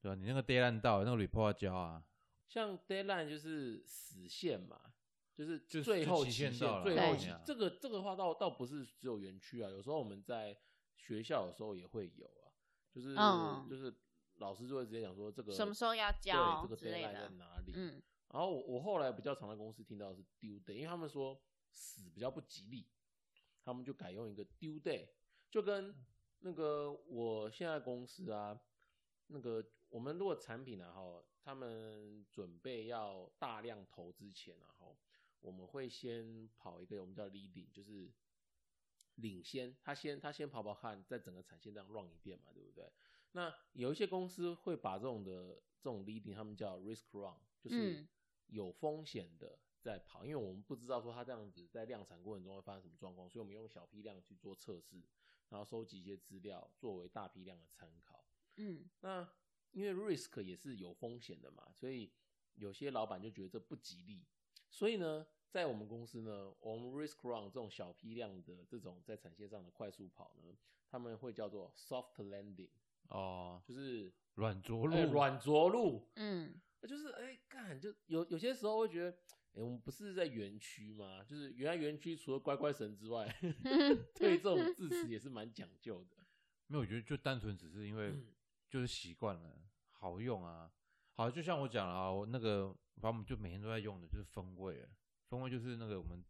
Speaker 2: 对啊，你那个 dead 烂到那个 report 要交啊，
Speaker 1: 像 deadline 就是死线嘛，就是
Speaker 2: 就
Speaker 1: 最
Speaker 2: 就
Speaker 1: 后
Speaker 2: 期
Speaker 1: 期
Speaker 2: 限到了
Speaker 1: 最后
Speaker 3: 对
Speaker 1: 期
Speaker 2: 啊
Speaker 1: 这个这个话倒倒不是只有园区啊，有时候我们在学校有时候也会有啊，就是、
Speaker 3: 嗯
Speaker 1: 就是老师就会直接讲说这个
Speaker 3: 什么时候要交
Speaker 1: 对这个
Speaker 3: 之类
Speaker 1: deadline
Speaker 3: 的
Speaker 1: 在哪里，
Speaker 3: 嗯
Speaker 1: 然后我我后来比较常在公司听到的是 due day，因为他们说死比较不吉利，他们就改用一个 due day，就跟那个我现在公司啊，那个我们如果产品啊哈，他们准备要大量投之前啊哈，我们会先跑一个我们叫 leading，就是领先，他先他先跑跑看，在整个产线这样 run 一遍嘛，对不对？那有一些公司会把这种的这种 leading，他们叫 risk run，就是
Speaker 3: 嗯
Speaker 1: 有风险的在跑，因为我们不知道说它这样子在量产过程中会发生什么状况，所以我们用小批量去做测试，然后收集一些资料作为大批量的参考。
Speaker 3: 嗯
Speaker 1: 那因为 risk 也是有风险的嘛，所以有些老板就觉得这不吉利。所以呢，在我们公司呢，我们 risk run 这种小批量的这种在产线上的快速跑呢，他们会叫做 soft landing，
Speaker 2: 哦，
Speaker 1: 就是
Speaker 2: 软着
Speaker 1: 哎
Speaker 2: 陆，
Speaker 1: 软着陆，
Speaker 3: 嗯，
Speaker 1: 就是哎干、就有有些时候会觉得，哎、我们不是在园区吗？就是原来园区除了乖乖绳之外，
Speaker 3: 嗯
Speaker 1: 对这种字词也是蛮讲究的。
Speaker 2: 没有，我觉得就单纯只是因为就是习惯了，好用啊。好，就像我讲了啊，我那个反正我们就每天都在用的，就是分位了。分位就是那个我们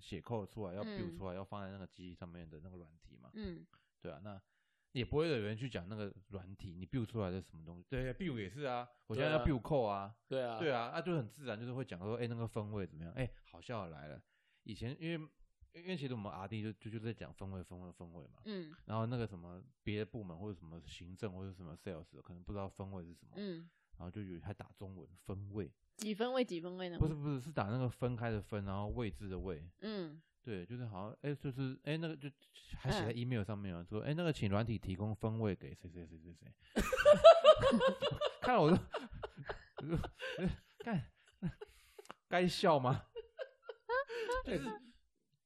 Speaker 2: 写扣出来要 build
Speaker 3: 嗯
Speaker 2: 出来，要放在那个机器上面的那个软体嘛。
Speaker 3: 嗯
Speaker 2: 对啊，那也不会有人去讲那个软体你 build 出来的什么东西。对，build 也是啊，我现在
Speaker 1: 对
Speaker 2: 要
Speaker 1: 啊
Speaker 2: build 扣啊，
Speaker 1: 对啊，
Speaker 2: 对
Speaker 1: 啊，
Speaker 2: 啊，那、就很自然就是会讲说，哎、那个分位怎么样？哎、好笑的来了。以前因为因为其实我们 R D 就就就在讲分位分位分位嘛，
Speaker 3: 嗯
Speaker 2: 然后那个什么别的部门或者什么行政或者什么 sales 的可能不知道分位是什么，
Speaker 3: 嗯，
Speaker 2: 然后就以为他打中文分位，
Speaker 3: 几分位几分位呢？
Speaker 2: 不是，不是是打那个分开的分，然后位置的位，
Speaker 3: 嗯
Speaker 2: 对，就是好像哎就是哎那个就还写在
Speaker 3: 嗯
Speaker 2: email 上面啊，说哎那个请软体提供分位给谁谁谁谁谁， 看了我都，我就干该笑吗？就是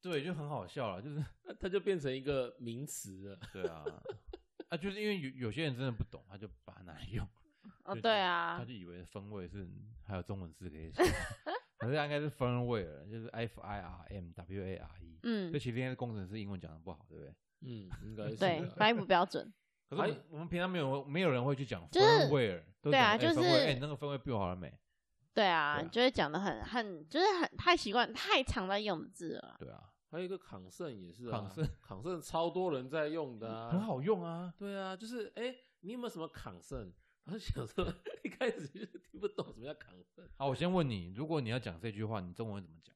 Speaker 2: 对，就很好笑 了，就是。
Speaker 1: 那它就变成一个名词了。
Speaker 2: 对啊，啊，就是因为有有些人真的不懂，他就把它拿来用。
Speaker 3: 哦
Speaker 2: 就
Speaker 3: 对
Speaker 2: 他
Speaker 3: 啊，
Speaker 2: 就以为分位是还有中文字可以写， 可是它应该是分位了，就是 F I R M W A R E。
Speaker 3: 嗯
Speaker 2: 这其实应该是工程师英文讲的不好，对不对？
Speaker 1: 嗯，应该是
Speaker 3: 对，
Speaker 1: 啊
Speaker 3: 翻译不标准，
Speaker 2: 可是我们我们平常没有没有人会去讲
Speaker 3: 就是
Speaker 2: 分位尔，都
Speaker 3: 对啊
Speaker 2: 讲哎
Speaker 3: 就是
Speaker 2: 分位哎，那个分位 build 好了没？
Speaker 3: 对啊，
Speaker 2: 对啊
Speaker 3: 就会讲的很很就是很太习惯太常在用的字了，
Speaker 2: 对啊，
Speaker 1: 还有一个抗盛也是啊，
Speaker 2: 抗盛
Speaker 1: 抗盛超多人在用的、啊，
Speaker 2: 很。好用啊。
Speaker 1: 对啊，就是哎、诶你有没有什么抗盛？ 然后想说一开始就是听不懂什么叫抗盛，
Speaker 2: 好，啊我先问你，如果你要讲这句话，你中文怎么讲？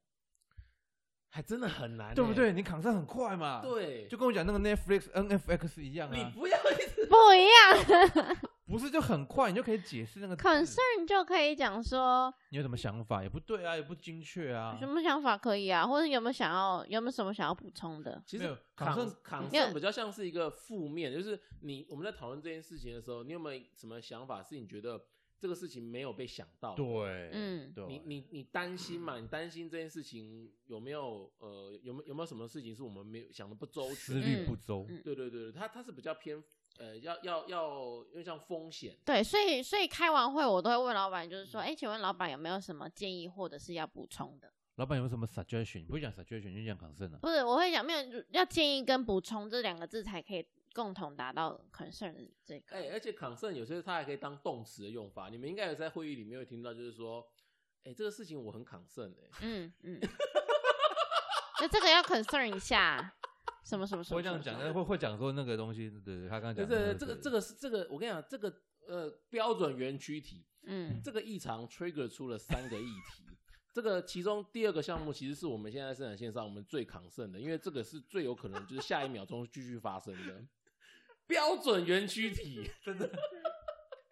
Speaker 1: 还真的很难、欸
Speaker 2: 对不？对？你扛上很快嘛，，
Speaker 1: 对，
Speaker 2: 就跟我讲那个 Netflix NFX 一样
Speaker 1: 你
Speaker 2: 啊，
Speaker 1: 不要一直
Speaker 3: 不一样。
Speaker 2: 不是就很快，你就可以解释那个字
Speaker 3: concern 就可以讲说
Speaker 2: 你有什么想法？也不对啊，也不精确啊
Speaker 3: 有。什么想法可以啊，或者有没有想要有没有什么想要补充的？
Speaker 1: 其
Speaker 2: 没
Speaker 1: 实
Speaker 2: 有
Speaker 1: 抗
Speaker 2: 抗盛
Speaker 1: 抗
Speaker 3: 没有
Speaker 1: 盛比较像是一个负面，就是你我们在讨论这件事情的时候，你有没有什么想法是你觉得这个事情没有被想到的？
Speaker 2: 对，
Speaker 3: 嗯
Speaker 2: 对，
Speaker 1: 你你你担心嘛？你担心这件事情有没有呃有没有有没有什么事情是我们没有想的不周
Speaker 2: 思
Speaker 1: 全？
Speaker 2: 虑不周，
Speaker 3: 嗯
Speaker 1: 对对对，对它它是比较偏呃要要要，因为像风险，
Speaker 3: 对，所以所以开完会我都会问老板，就是说，哎、请问老板有没有什么建议或者是要补充的？
Speaker 2: 老板有没有什么 suggestion？不会讲 suggestion，就讲 concern 啊。
Speaker 3: 不是，我会讲没有要建议跟补充这两个字才可以共同达到 concern 这个。
Speaker 1: 哎、而且 concern 有些它还可以当动词的用法。你们应该有在会议里面有听到，就是说，哎、这个事情我很 concern 哎、
Speaker 3: 嗯嗯， 那这个要 concern 一下，什么什么什
Speaker 2: 不
Speaker 3: 么
Speaker 2: 会这样讲，但会会讲说那个东西，对对，对他刚刚
Speaker 1: 这
Speaker 2: 讲的
Speaker 1: 个
Speaker 2: 那
Speaker 1: 这个
Speaker 2: 对
Speaker 1: 这个是这个，我跟你讲，这个呃标准园区体
Speaker 3: 嗯
Speaker 1: 这个异常 trigger 出了三个议题。这个其中第二个项目其实是我们现在生产线上我们最抗胜的，因为这个是最有可能就是下一秒钟继续发生的 标准园区体。
Speaker 2: 真的。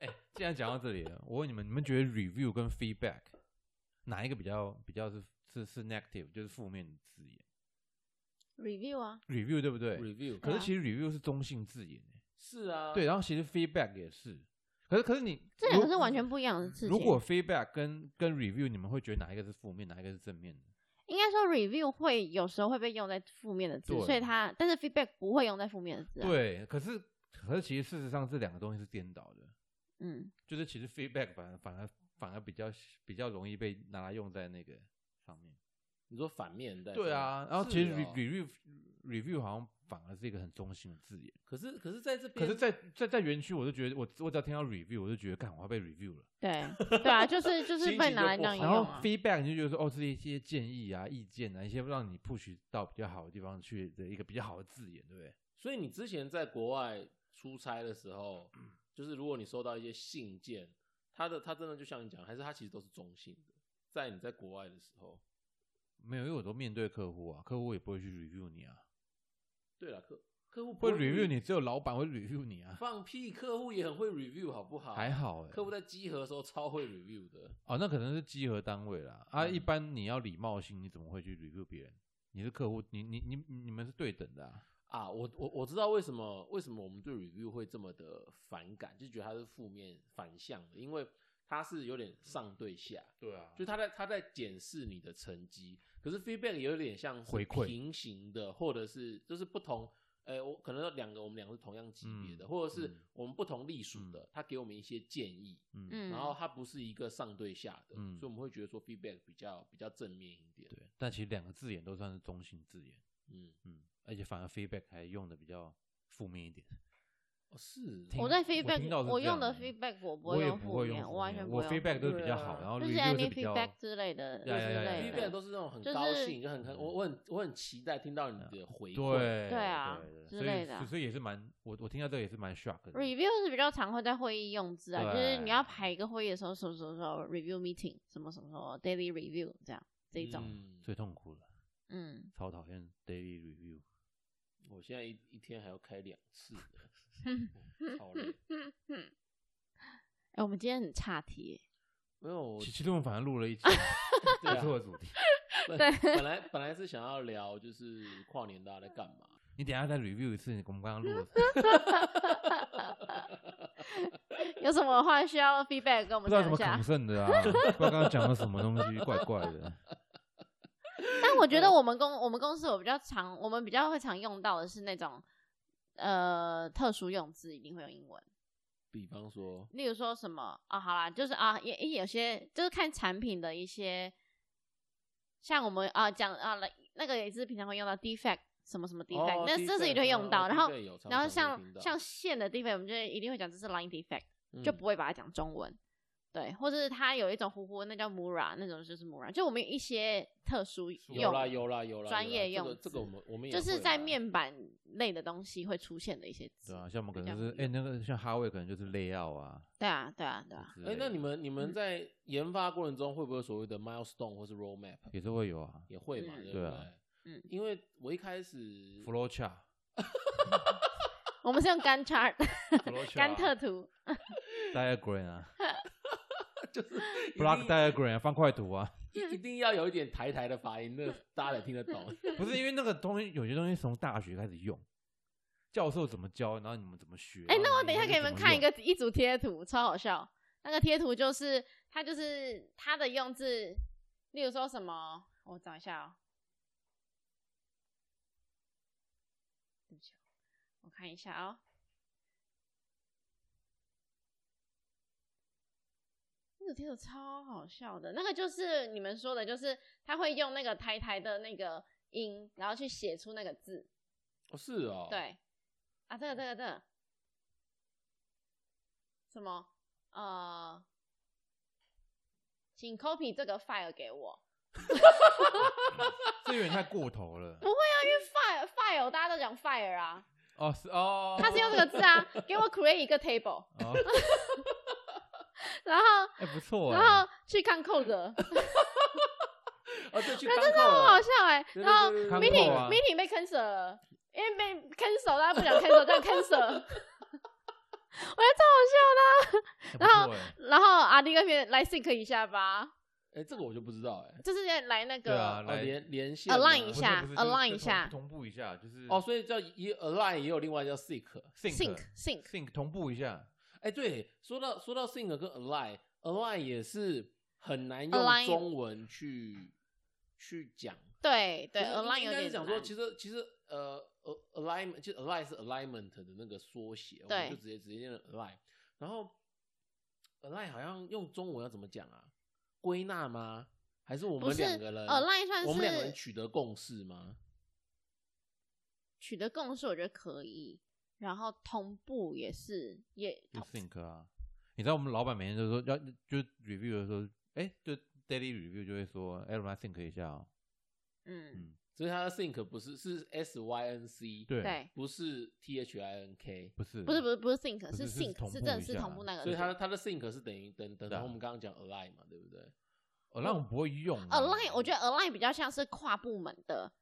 Speaker 2: 哎，既然讲到这里了，我问你们，你们觉得 review 跟 feedback 哪一个比较比较是是是 negative，就是负面的字眼
Speaker 3: ，review 啊，
Speaker 2: ？review 对不对？
Speaker 1: review
Speaker 2: 可
Speaker 3: 对
Speaker 2: 是
Speaker 3: 啊
Speaker 2: 其实 review 是中性字眼欸，
Speaker 1: 是啊，
Speaker 2: 对，然后其实 feedback 也是，可是可是你
Speaker 3: 这两个
Speaker 2: 如
Speaker 3: 是完全不一样的事情。
Speaker 2: 如果 feedback 跟跟 review，你们会觉得哪一个是负面，哪一个是正面的？
Speaker 3: 应该说 review 会有时候会被用在负面的字，
Speaker 2: 对
Speaker 3: 所以它但是 feedback 不会用在负面的字、啊。，
Speaker 2: 对，可是可是其实事实上这两个东西是颠倒的，
Speaker 3: 嗯，
Speaker 2: 就是其实 feedback 反而反而反而比较比较容易被拿来用在那个上面。
Speaker 1: 你说反面对？
Speaker 2: 对啊，然后
Speaker 1: 是
Speaker 2: 其实
Speaker 1: 哦
Speaker 2: re- review review 好像反而是一个很中性的字眼。
Speaker 1: 可是可是在这边，
Speaker 2: 可是在，在在园区，我就觉得我我只要听到 review，我就觉得干我要被 review 了。
Speaker 3: 对，对啊， 就是就
Speaker 1: 心
Speaker 3: 是
Speaker 1: 情
Speaker 3: 被
Speaker 1: 就
Speaker 3: 拿来
Speaker 1: 不
Speaker 3: 这样
Speaker 1: 好
Speaker 3: 用、
Speaker 2: 然后
Speaker 3: 啊。
Speaker 2: feedback 你就觉得说哦，是一些建议啊、意见啊，一些让你 push 到比较好的地方去的一个比较好的字眼，对不对？
Speaker 1: 所以你之前在国外出差的时候， 就是如果你收到一些信件，它的它真的就像你讲，还是它其实都是中性的，在你在国外的时候。
Speaker 2: 没有，因为我都面对客户啊，客户也不会去 review 你啊，
Speaker 1: 对了，客客户不
Speaker 2: 会 review 你只有老板会 review 你啊，
Speaker 1: 放屁，客户也很会 review 好不好？
Speaker 2: 还好哎、
Speaker 1: 哦客户在集合的时候超会 review 的，
Speaker 2: 哦，那可能是集合单位啦。啊，
Speaker 1: 嗯
Speaker 2: 一般你要礼貌性，你怎么会去 review 别人？你是客户，你你你你们是对等的啊。
Speaker 1: 啊，我我我知道为什么为什么我们对 review 会这么的反感，就觉得它是负面反向的，因为它是有点上对下，
Speaker 2: 对啊
Speaker 1: 就他在他在检视你的成绩，可是 feedback 有点像是
Speaker 2: 回馈
Speaker 1: 平行的，或者是就是不同，呃，我可能有两个我们两个是同样级别的，或者是
Speaker 2: 嗯
Speaker 1: 我们不同隶属的，他给我们一些建议，
Speaker 2: 嗯，
Speaker 3: 嗯，
Speaker 1: 然后它不是一个上对下的，
Speaker 2: 嗯
Speaker 1: 所以我们会觉得说 feedback 比较比较正面一点，
Speaker 2: 对，但其实两个字眼都算是中性字眼，
Speaker 1: 嗯，
Speaker 2: 嗯，而且反而 feedback 还用的比较负面一点。
Speaker 1: 哦是
Speaker 2: 听
Speaker 3: 我在
Speaker 2: 我听到
Speaker 3: feedback
Speaker 2: 是
Speaker 3: 我
Speaker 2: 这
Speaker 3: 用
Speaker 2: 样
Speaker 3: 的
Speaker 2: 的
Speaker 3: feedback 我不
Speaker 2: 我
Speaker 3: 会
Speaker 2: 也
Speaker 3: 用
Speaker 2: 不
Speaker 3: 负
Speaker 2: 会用
Speaker 3: 面，
Speaker 2: 负
Speaker 3: 我完
Speaker 2: 面
Speaker 3: 全不
Speaker 2: 我
Speaker 3: 会用
Speaker 2: feedback 都
Speaker 3: 负
Speaker 2: 是比较
Speaker 1: 面
Speaker 2: 好，然后
Speaker 3: 就是
Speaker 2: review 是
Speaker 3: any
Speaker 2: 比较
Speaker 3: feedback 之类的之
Speaker 2: 呀呀呀
Speaker 3: 类
Speaker 2: 对
Speaker 1: feedback
Speaker 3: 的，
Speaker 1: 都是那种很
Speaker 3: 就是
Speaker 1: 高兴，就很很我我很我很期待听到你的回馈，
Speaker 2: 对
Speaker 3: 对啊之
Speaker 2: 所
Speaker 3: 类
Speaker 2: 以
Speaker 3: 的
Speaker 2: 所以也是蛮我我听到这个也是蛮 shock 的。
Speaker 3: review 是比较常会在会议用字啊，
Speaker 2: 对
Speaker 3: 就是你要排一个会议的时候，什么什么时候 review meeting，什么什么时候 daily review 这样这一种，
Speaker 1: 嗯
Speaker 2: 最痛苦了，
Speaker 3: 嗯，
Speaker 2: 超讨厌 daily review。
Speaker 1: 我现在一一天还要开两次呢
Speaker 3: 嗯，
Speaker 1: 哦超累。
Speaker 3: 哎，我们今天很岔题
Speaker 1: 没有，我
Speaker 2: 其其实我们反正录了 一集，
Speaker 1: 对
Speaker 2: 这是我
Speaker 1: 啊
Speaker 2: 的 主题。
Speaker 1: 本
Speaker 3: 对
Speaker 1: 本来本来是想要聊就是跨年大家在干嘛，
Speaker 2: 你等一下再 review 一次我们刚刚录的。
Speaker 3: 耶，有什么话需要 feedback 跟我
Speaker 2: 不
Speaker 3: 们讲一
Speaker 2: 知道什么
Speaker 3: 下
Speaker 2: 恐？慎 的啊，不知道刚刚讲了什么东西，怪怪的。
Speaker 3: 但我觉
Speaker 1: 嗯
Speaker 3: 得我们公我们公司我比较常，我们比较会常用到的是那种呃特殊用字，一定会用英文。
Speaker 1: 比方说
Speaker 3: 例如说什么啊、好啦，就是啊，也也有些就是看产品的一些，像我们啊讲啊，来那个也是平常会用到 defect 什么什么 defect，、
Speaker 1: 哦
Speaker 3: 那这是一定会用到。
Speaker 1: defect，
Speaker 3: 然后
Speaker 1: 哦，defect 有常
Speaker 3: 然
Speaker 1: 常会
Speaker 3: 后像
Speaker 1: 听到
Speaker 3: 像线的 defect，我们就一定会讲这是 line defect，、
Speaker 1: 嗯
Speaker 3: 就不会把它讲中文。对，或者是它有一种糊糊的，那叫 mura，那种就是 mura，就我们有一些特殊用，
Speaker 1: 有啦有啦有啦，
Speaker 3: 专业
Speaker 1: 有啦这
Speaker 3: 用
Speaker 1: 个这
Speaker 3: 字
Speaker 1: 个我们我们也
Speaker 3: 就是
Speaker 1: 会
Speaker 3: 在
Speaker 1: 啦
Speaker 3: 面板类的东西会出现的一些字。
Speaker 2: 对啊，像我们可
Speaker 3: 比较
Speaker 2: 能是
Speaker 3: 不一
Speaker 2: 哎、
Speaker 3: 样
Speaker 2: 那个像哈维可能就是 layout 啊。
Speaker 3: 对啊，对啊，对啊。
Speaker 2: 之
Speaker 1: 哎、
Speaker 2: 类
Speaker 1: 那
Speaker 2: 的
Speaker 1: 你们你们在研发过程中会不会有所谓的 milestone 或是 roadmap？
Speaker 2: 也是会有啊
Speaker 1: 也会嘛，
Speaker 3: 嗯
Speaker 1: 对不
Speaker 2: 对
Speaker 1: 对
Speaker 2: 啊？
Speaker 3: 嗯
Speaker 1: 因为我一开 始
Speaker 2: ，flow chart，
Speaker 3: 我们是用甘 chart、
Speaker 1: 啊
Speaker 2: flow chart
Speaker 3: 甘特图，
Speaker 2: diagram 啊
Speaker 1: 就是一定
Speaker 2: ，block diagram 啊方块图啊，
Speaker 1: 一一定要有一点台台的发音， 那个大家才听得懂。
Speaker 2: 不是因为那个东西，有些东西从大学开始用，教授怎么教，然后你们怎么学。
Speaker 3: 哎、
Speaker 2: 然后
Speaker 3: 那我等一下给你
Speaker 2: 怎
Speaker 3: 们
Speaker 2: 么
Speaker 3: 看一
Speaker 2: 用
Speaker 3: 个一组贴图，超好笑。那个贴图就是它就是它的用字，例如说什么，我找一下哦。对不起，我看一下哦。那个贴图超好笑的，那个就是你们说的，就是他会用那个台台的那个音，然后去写出那个字。
Speaker 1: 哦，是哦，，
Speaker 3: 对，啊，这个这个这个，什么呃，请 copy 这个 file 给我。
Speaker 2: 这有点太过 头了。
Speaker 3: 那啊因为 file file 大家都讲 fire 啊，
Speaker 2: 哦，是哦，
Speaker 3: 他是用这个字啊，给我 create 一个 table，
Speaker 2: 哦，
Speaker 3: 然后
Speaker 2: 哎、不错哎、
Speaker 3: 然后啊去看 code，
Speaker 1: 哦，这去
Speaker 3: 那
Speaker 1: 刚
Speaker 3: 真的
Speaker 1: 扣
Speaker 3: 很
Speaker 1: 了
Speaker 3: 好笑哎、
Speaker 1: 对
Speaker 3: 然后
Speaker 1: 对对对
Speaker 2: 没
Speaker 3: meeting、
Speaker 2: 看 code 啊
Speaker 3: meeting 被 cancel，了因为被 cancel 大家不想 cancel 但 cancel，我觉得 超好笑的啊、 然后
Speaker 2: 哎不错哎
Speaker 3: 然后阿弟跟别人来 sync 一下吧，
Speaker 1: 哎、这个我就不知道哎、
Speaker 3: 就是来那
Speaker 2: 对
Speaker 3: 个、
Speaker 2: 啊，
Speaker 1: 哦，
Speaker 2: 来
Speaker 1: 连连线
Speaker 3: align
Speaker 1: 吗
Speaker 3: 一下
Speaker 2: 不是不是就是
Speaker 3: align
Speaker 2: 就
Speaker 3: 一下
Speaker 2: 同同步一下，就是
Speaker 1: 哦，所以叫一 align 也有另外叫 seek。
Speaker 3: sync sync，
Speaker 2: sync 同步一下，
Speaker 1: 哎、对，说到说到 seek 跟 align，align 也是很难用
Speaker 3: Align
Speaker 1: 中文去去讲。
Speaker 3: 对对
Speaker 1: 就是
Speaker 3: ，align
Speaker 1: 应
Speaker 3: 有
Speaker 1: 该
Speaker 3: 点
Speaker 1: 是讲说，
Speaker 3: 难
Speaker 1: 其实其实呃呃 alignment，其实 align 是 alignment 的那个缩写，我们
Speaker 3: 对
Speaker 1: 就直接直接念 align。然后 align 好像用中文要怎么讲啊？归纳吗？还是我
Speaker 3: 不
Speaker 1: 们
Speaker 3: 是
Speaker 1: 两个人
Speaker 3: align 算
Speaker 1: 我们两个人
Speaker 3: 是
Speaker 1: 取得共识吗？
Speaker 3: 取得共识，我觉得可以。然后同步也是，也
Speaker 1: 嗯
Speaker 2: 就 sync 啊。你知道我们老板每天都说要就 review 的时候，哎、就 daily review 就会说，哎、我们来 sync 一下哦。
Speaker 3: 嗯，
Speaker 1: 所以它的 think 不是是 s y n c，，
Speaker 2: 对，
Speaker 3: 对，
Speaker 1: 不是 t h i n k。
Speaker 2: 不是
Speaker 3: 不是不是不是 think，
Speaker 2: 不是是
Speaker 3: sync，
Speaker 2: 同
Speaker 3: 是
Speaker 2: 步
Speaker 3: 正
Speaker 2: 一
Speaker 3: 是
Speaker 2: 下
Speaker 3: 同步那个字。
Speaker 1: 所以它的它的 think 是等于等等
Speaker 2: 对啊
Speaker 1: 同我们刚刚讲 align 嘛，对不对？
Speaker 2: align 哦我们不会用啊
Speaker 3: align，我觉哦得 align 比较像是跨部门的，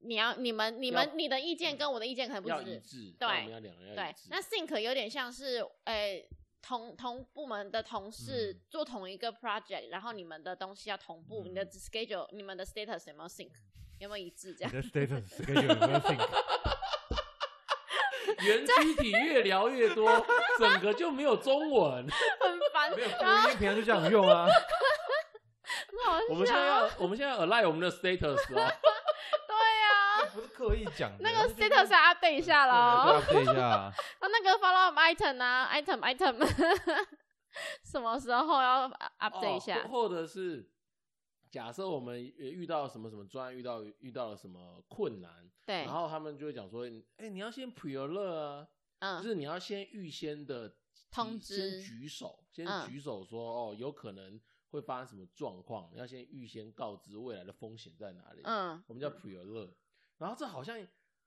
Speaker 3: 你要你们你们
Speaker 1: 要
Speaker 3: 你的意见跟我的意见可能不
Speaker 1: 要一
Speaker 3: 是，
Speaker 1: 致，
Speaker 3: 对
Speaker 1: 那我们要两个人要一
Speaker 3: 对
Speaker 1: 致。，
Speaker 3: 那 sync 有点像是呃同同部门的同事
Speaker 2: 嗯
Speaker 3: 做同一个 project，、然后你们的东西要同步，
Speaker 2: 嗯
Speaker 3: 你的 schedule、你们的 status 有没有 sync，有没有一致这样？
Speaker 2: 你 的 status schedule 有没有 sync？
Speaker 1: 园区体越聊越多， 整个就没有中 文。
Speaker 3: 很烦，
Speaker 1: 没有
Speaker 3: 然后
Speaker 2: 我因为平常就这样用 啊，
Speaker 3: 很好
Speaker 1: 我们现
Speaker 3: 笑
Speaker 1: 在
Speaker 3: 啊，
Speaker 1: 要，我们现在 align 我们的 status 哦。
Speaker 3: 对啊，
Speaker 2: 不是刻意讲的。
Speaker 3: 那个 status 要对一下了哦，
Speaker 2: 了，对一 下。
Speaker 3: 啊，那个 follow up item 啊，item item，什 么时候要 update 一下
Speaker 1: 哦，？或或者是假设我们呃遇到什么什么专案，遇到遇到了什么困难，
Speaker 3: 对
Speaker 1: 然，后他们就会讲说，哎、你要先 pre alert 啊，就
Speaker 3: 嗯，
Speaker 1: 是你要先预先的
Speaker 3: 通
Speaker 1: 先
Speaker 3: 知
Speaker 1: 举手，先
Speaker 3: 嗯
Speaker 1: 举手说、哦，有可能会发生什么状况，要先预先告知未来的风险在哪里。，
Speaker 3: 嗯，
Speaker 1: 我们叫 pre alert。然后这好像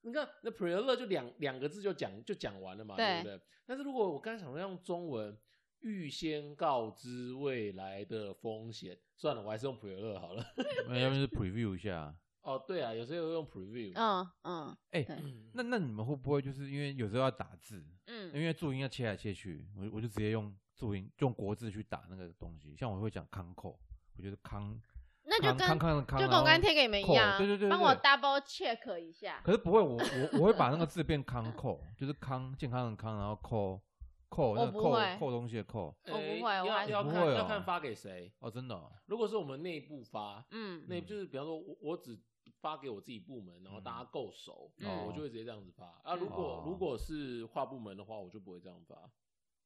Speaker 1: 你看那 pre alert 就两两个字就讲就讲完了嘛，对
Speaker 3: 对
Speaker 1: 不对？但是如果我刚才想说用中文预先告知未来的风险，算了，我还是用 pre alert 好了。
Speaker 2: 那要不就是 preview 一下。
Speaker 1: 哦，对啊，有时候用 preview。
Speaker 3: 嗯嗯
Speaker 2: 哎，
Speaker 1: 嗯，
Speaker 2: 那那你们会不会就是因为有时候要打字，因
Speaker 3: 嗯，
Speaker 2: 为注音要切来切去，我我就直接用注音用国字去打那个东西。像我会讲康扣，我觉得康
Speaker 3: 那就
Speaker 2: 康
Speaker 3: 跟
Speaker 2: 康康的康，
Speaker 3: 就跟
Speaker 2: 然
Speaker 3: 我
Speaker 2: 后
Speaker 3: 刚才贴给你们一样啊，
Speaker 2: 扣对对对对
Speaker 3: 帮我
Speaker 2: 对
Speaker 3: double check 一下。
Speaker 2: 可是不会，我我我会把那个字变康扣， 就是康健康的康，然后扣扣那
Speaker 3: 我哦
Speaker 2: 个
Speaker 3: 不
Speaker 2: 扣
Speaker 3: 会
Speaker 2: 扣东西的扣。
Speaker 3: 我不
Speaker 1: 哎
Speaker 3: 会我
Speaker 1: 要
Speaker 3: 还是
Speaker 1: 要
Speaker 2: 不
Speaker 1: 看
Speaker 2: 会
Speaker 1: 要
Speaker 2: 哦
Speaker 1: 看发给谁。
Speaker 2: 哦，真的哦，
Speaker 1: 如果是我们内部发，
Speaker 3: 嗯
Speaker 1: 那
Speaker 2: 嗯
Speaker 1: 就是比方说我我只发给我自己部门，然后大家够熟，
Speaker 3: 嗯
Speaker 1: 我就会直接这样子发。啊，
Speaker 3: 嗯
Speaker 1: 如果
Speaker 2: 哦
Speaker 1: 如果是跨部门的话，我就不会这样 发。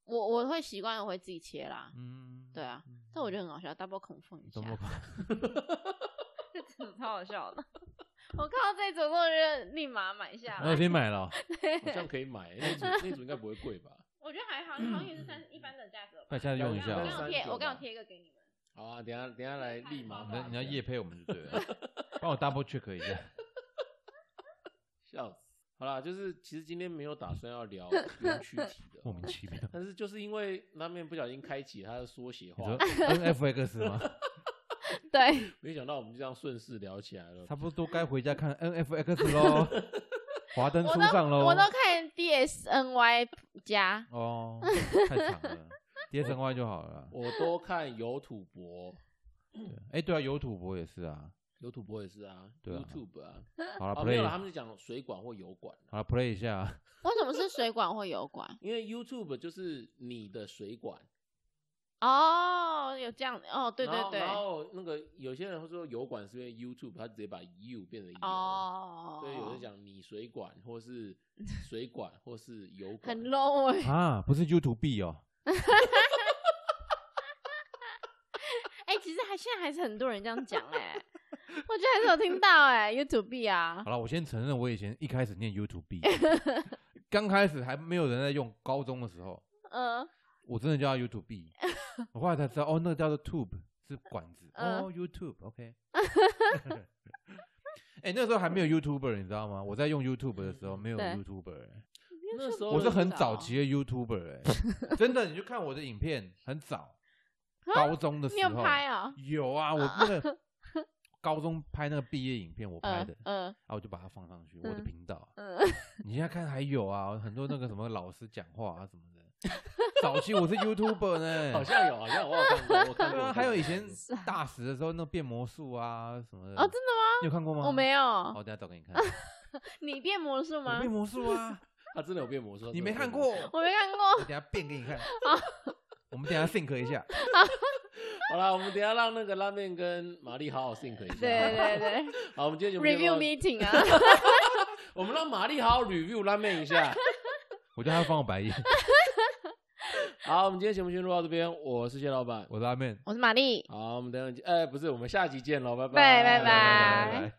Speaker 3: 我我会习惯，我会自己切啦。
Speaker 2: 嗯，
Speaker 3: 对啊
Speaker 2: 嗯，
Speaker 3: 但我觉得很好笑，double 孔缝一下
Speaker 2: 怎， 么
Speaker 3: 这组超好笑的。我看到这组，我觉得立马买下
Speaker 2: 我
Speaker 3: 来
Speaker 2: 已。经买了 哦，
Speaker 1: 好像可以买那组，那组应该不会贵吧？
Speaker 3: 我觉得还好，好像也是三一般的价格吧。
Speaker 2: 快下去用一下
Speaker 3: 我
Speaker 1: 哦
Speaker 3: 刚好
Speaker 1: 三
Speaker 3: 贴，
Speaker 1: 九
Speaker 3: 我刚
Speaker 1: 吧
Speaker 3: 好贴一个给你们。
Speaker 1: 好啊，等一下等一下来立马
Speaker 2: 你要
Speaker 1: 买。
Speaker 2: 你要夜配我们就对 了，帮我 double check 一下。
Speaker 1: 笑死！好啦，就是其实今天没有打算要 聊园区体
Speaker 2: 莫
Speaker 1: 的，
Speaker 2: 名其妙。
Speaker 1: 但是就是因为那面不小心开启它的缩写
Speaker 2: 你
Speaker 1: 化
Speaker 2: 说，N F X 吗？
Speaker 3: 对，
Speaker 1: 没想到我们就这样顺势聊起来了
Speaker 2: 差。不多该回家看 N F X 喽， 华灯
Speaker 3: 我
Speaker 2: 初
Speaker 3: 都
Speaker 2: 上喽。
Speaker 3: 我都看 DSNY 加，
Speaker 2: 哦，太长了，D S N Y 就好了。
Speaker 1: 我多看有土博，
Speaker 2: 对哎，对啊，有土博也是啊。
Speaker 1: 有土博也是啊
Speaker 2: 对啊
Speaker 1: ，YouTube 啊，
Speaker 2: 好了
Speaker 1: 哦没有
Speaker 2: ，play，
Speaker 1: 了，他们就讲水管或油管，
Speaker 2: 好了，play 一下。
Speaker 3: 为什么是水管或油管？
Speaker 1: 因为 YouTube 就是你的水管，
Speaker 3: 哦，有这样哦，对
Speaker 1: 然
Speaker 3: 对
Speaker 1: 后
Speaker 3: 对，
Speaker 1: 然后那个有些人会说油管是因为 YouTube，他直接把 U 变成油。
Speaker 3: 哦，
Speaker 1: 所以有人讲你水管，或 是水管，或是油管，
Speaker 3: 很 low 哎、
Speaker 2: 啊，不是 YouTube B 哦，
Speaker 3: 哎、其实还现在还是很多人这样讲哎、我觉得还是有听到哎、y o u t u b e 啊
Speaker 2: 好，了，我先承认，我以前一开始念 YouTube B，刚开始还没有人在用，高中的时候，
Speaker 3: 嗯、
Speaker 2: 我真的叫 YouTube B，我后来才知道，哦，那个叫做 Tube 是管子，
Speaker 3: 嗯
Speaker 2: 哦，YouTube，OK、哎、那时候还没有 YouTuber，你知道吗？我在用 YouTube 的时候没有
Speaker 3: 对
Speaker 2: YouTuber，、欸
Speaker 1: 那时候
Speaker 2: 我是很
Speaker 3: 不知
Speaker 2: 早
Speaker 3: 道
Speaker 2: 期的 YouTuber，、欸、 真的，你去看我的影片，很早，
Speaker 3: 啊
Speaker 2: 高中的时
Speaker 3: 你有
Speaker 2: 候
Speaker 3: 拍啊、
Speaker 2: 有啊，我那个 高中拍那个毕业影片，我拍
Speaker 3: 嗯
Speaker 2: 的，
Speaker 3: 嗯
Speaker 2: 啊，我就把它放上去我的
Speaker 3: 嗯
Speaker 2: 频道。啊
Speaker 3: 嗯，
Speaker 2: 你现在看还有啊，很多那个什么老师讲话啊什么 的。早期我是 YouTuber 呢，
Speaker 1: 好像有，好像我有看过，我看过。我
Speaker 2: 对啊，
Speaker 1: 看过
Speaker 2: 还有以前大十的时候那变魔术啊什么
Speaker 3: 哦，
Speaker 2: 的。
Speaker 3: 真的
Speaker 2: 你有看过吗？
Speaker 3: 吗？我没有，
Speaker 2: 哦，我等下找给 你看。
Speaker 3: 你变魔术
Speaker 2: 我
Speaker 3: 吗？
Speaker 2: 变魔术啊，
Speaker 1: 他真的有变魔术，他
Speaker 2: 你
Speaker 1: 真的
Speaker 2: 没
Speaker 1: 有
Speaker 2: 看
Speaker 1: 变
Speaker 2: 过？
Speaker 1: 魔术
Speaker 2: 我
Speaker 3: 我没看 过，
Speaker 2: 等下变给你 看。我们等下 think 一下。
Speaker 1: 好啦，我们等一下让那个拉面跟玛丽好好 think 一下。
Speaker 3: 对对对
Speaker 1: 好，我们今天节目就
Speaker 3: ，review
Speaker 1: 到
Speaker 3: meeting 啊，
Speaker 1: 我们让玛丽好好 review 拉面一下。
Speaker 2: 我觉得他翻我白眼。
Speaker 1: 好，我们今天节目先录到这边，我是谢老板。
Speaker 2: 我是阿面。
Speaker 3: 我是玛丽。
Speaker 1: 好，我们等一下，哎，不是，我们下集见喽，拜
Speaker 3: 拜
Speaker 1: 拜
Speaker 3: 拜拜拜拜拜
Speaker 2: 拜。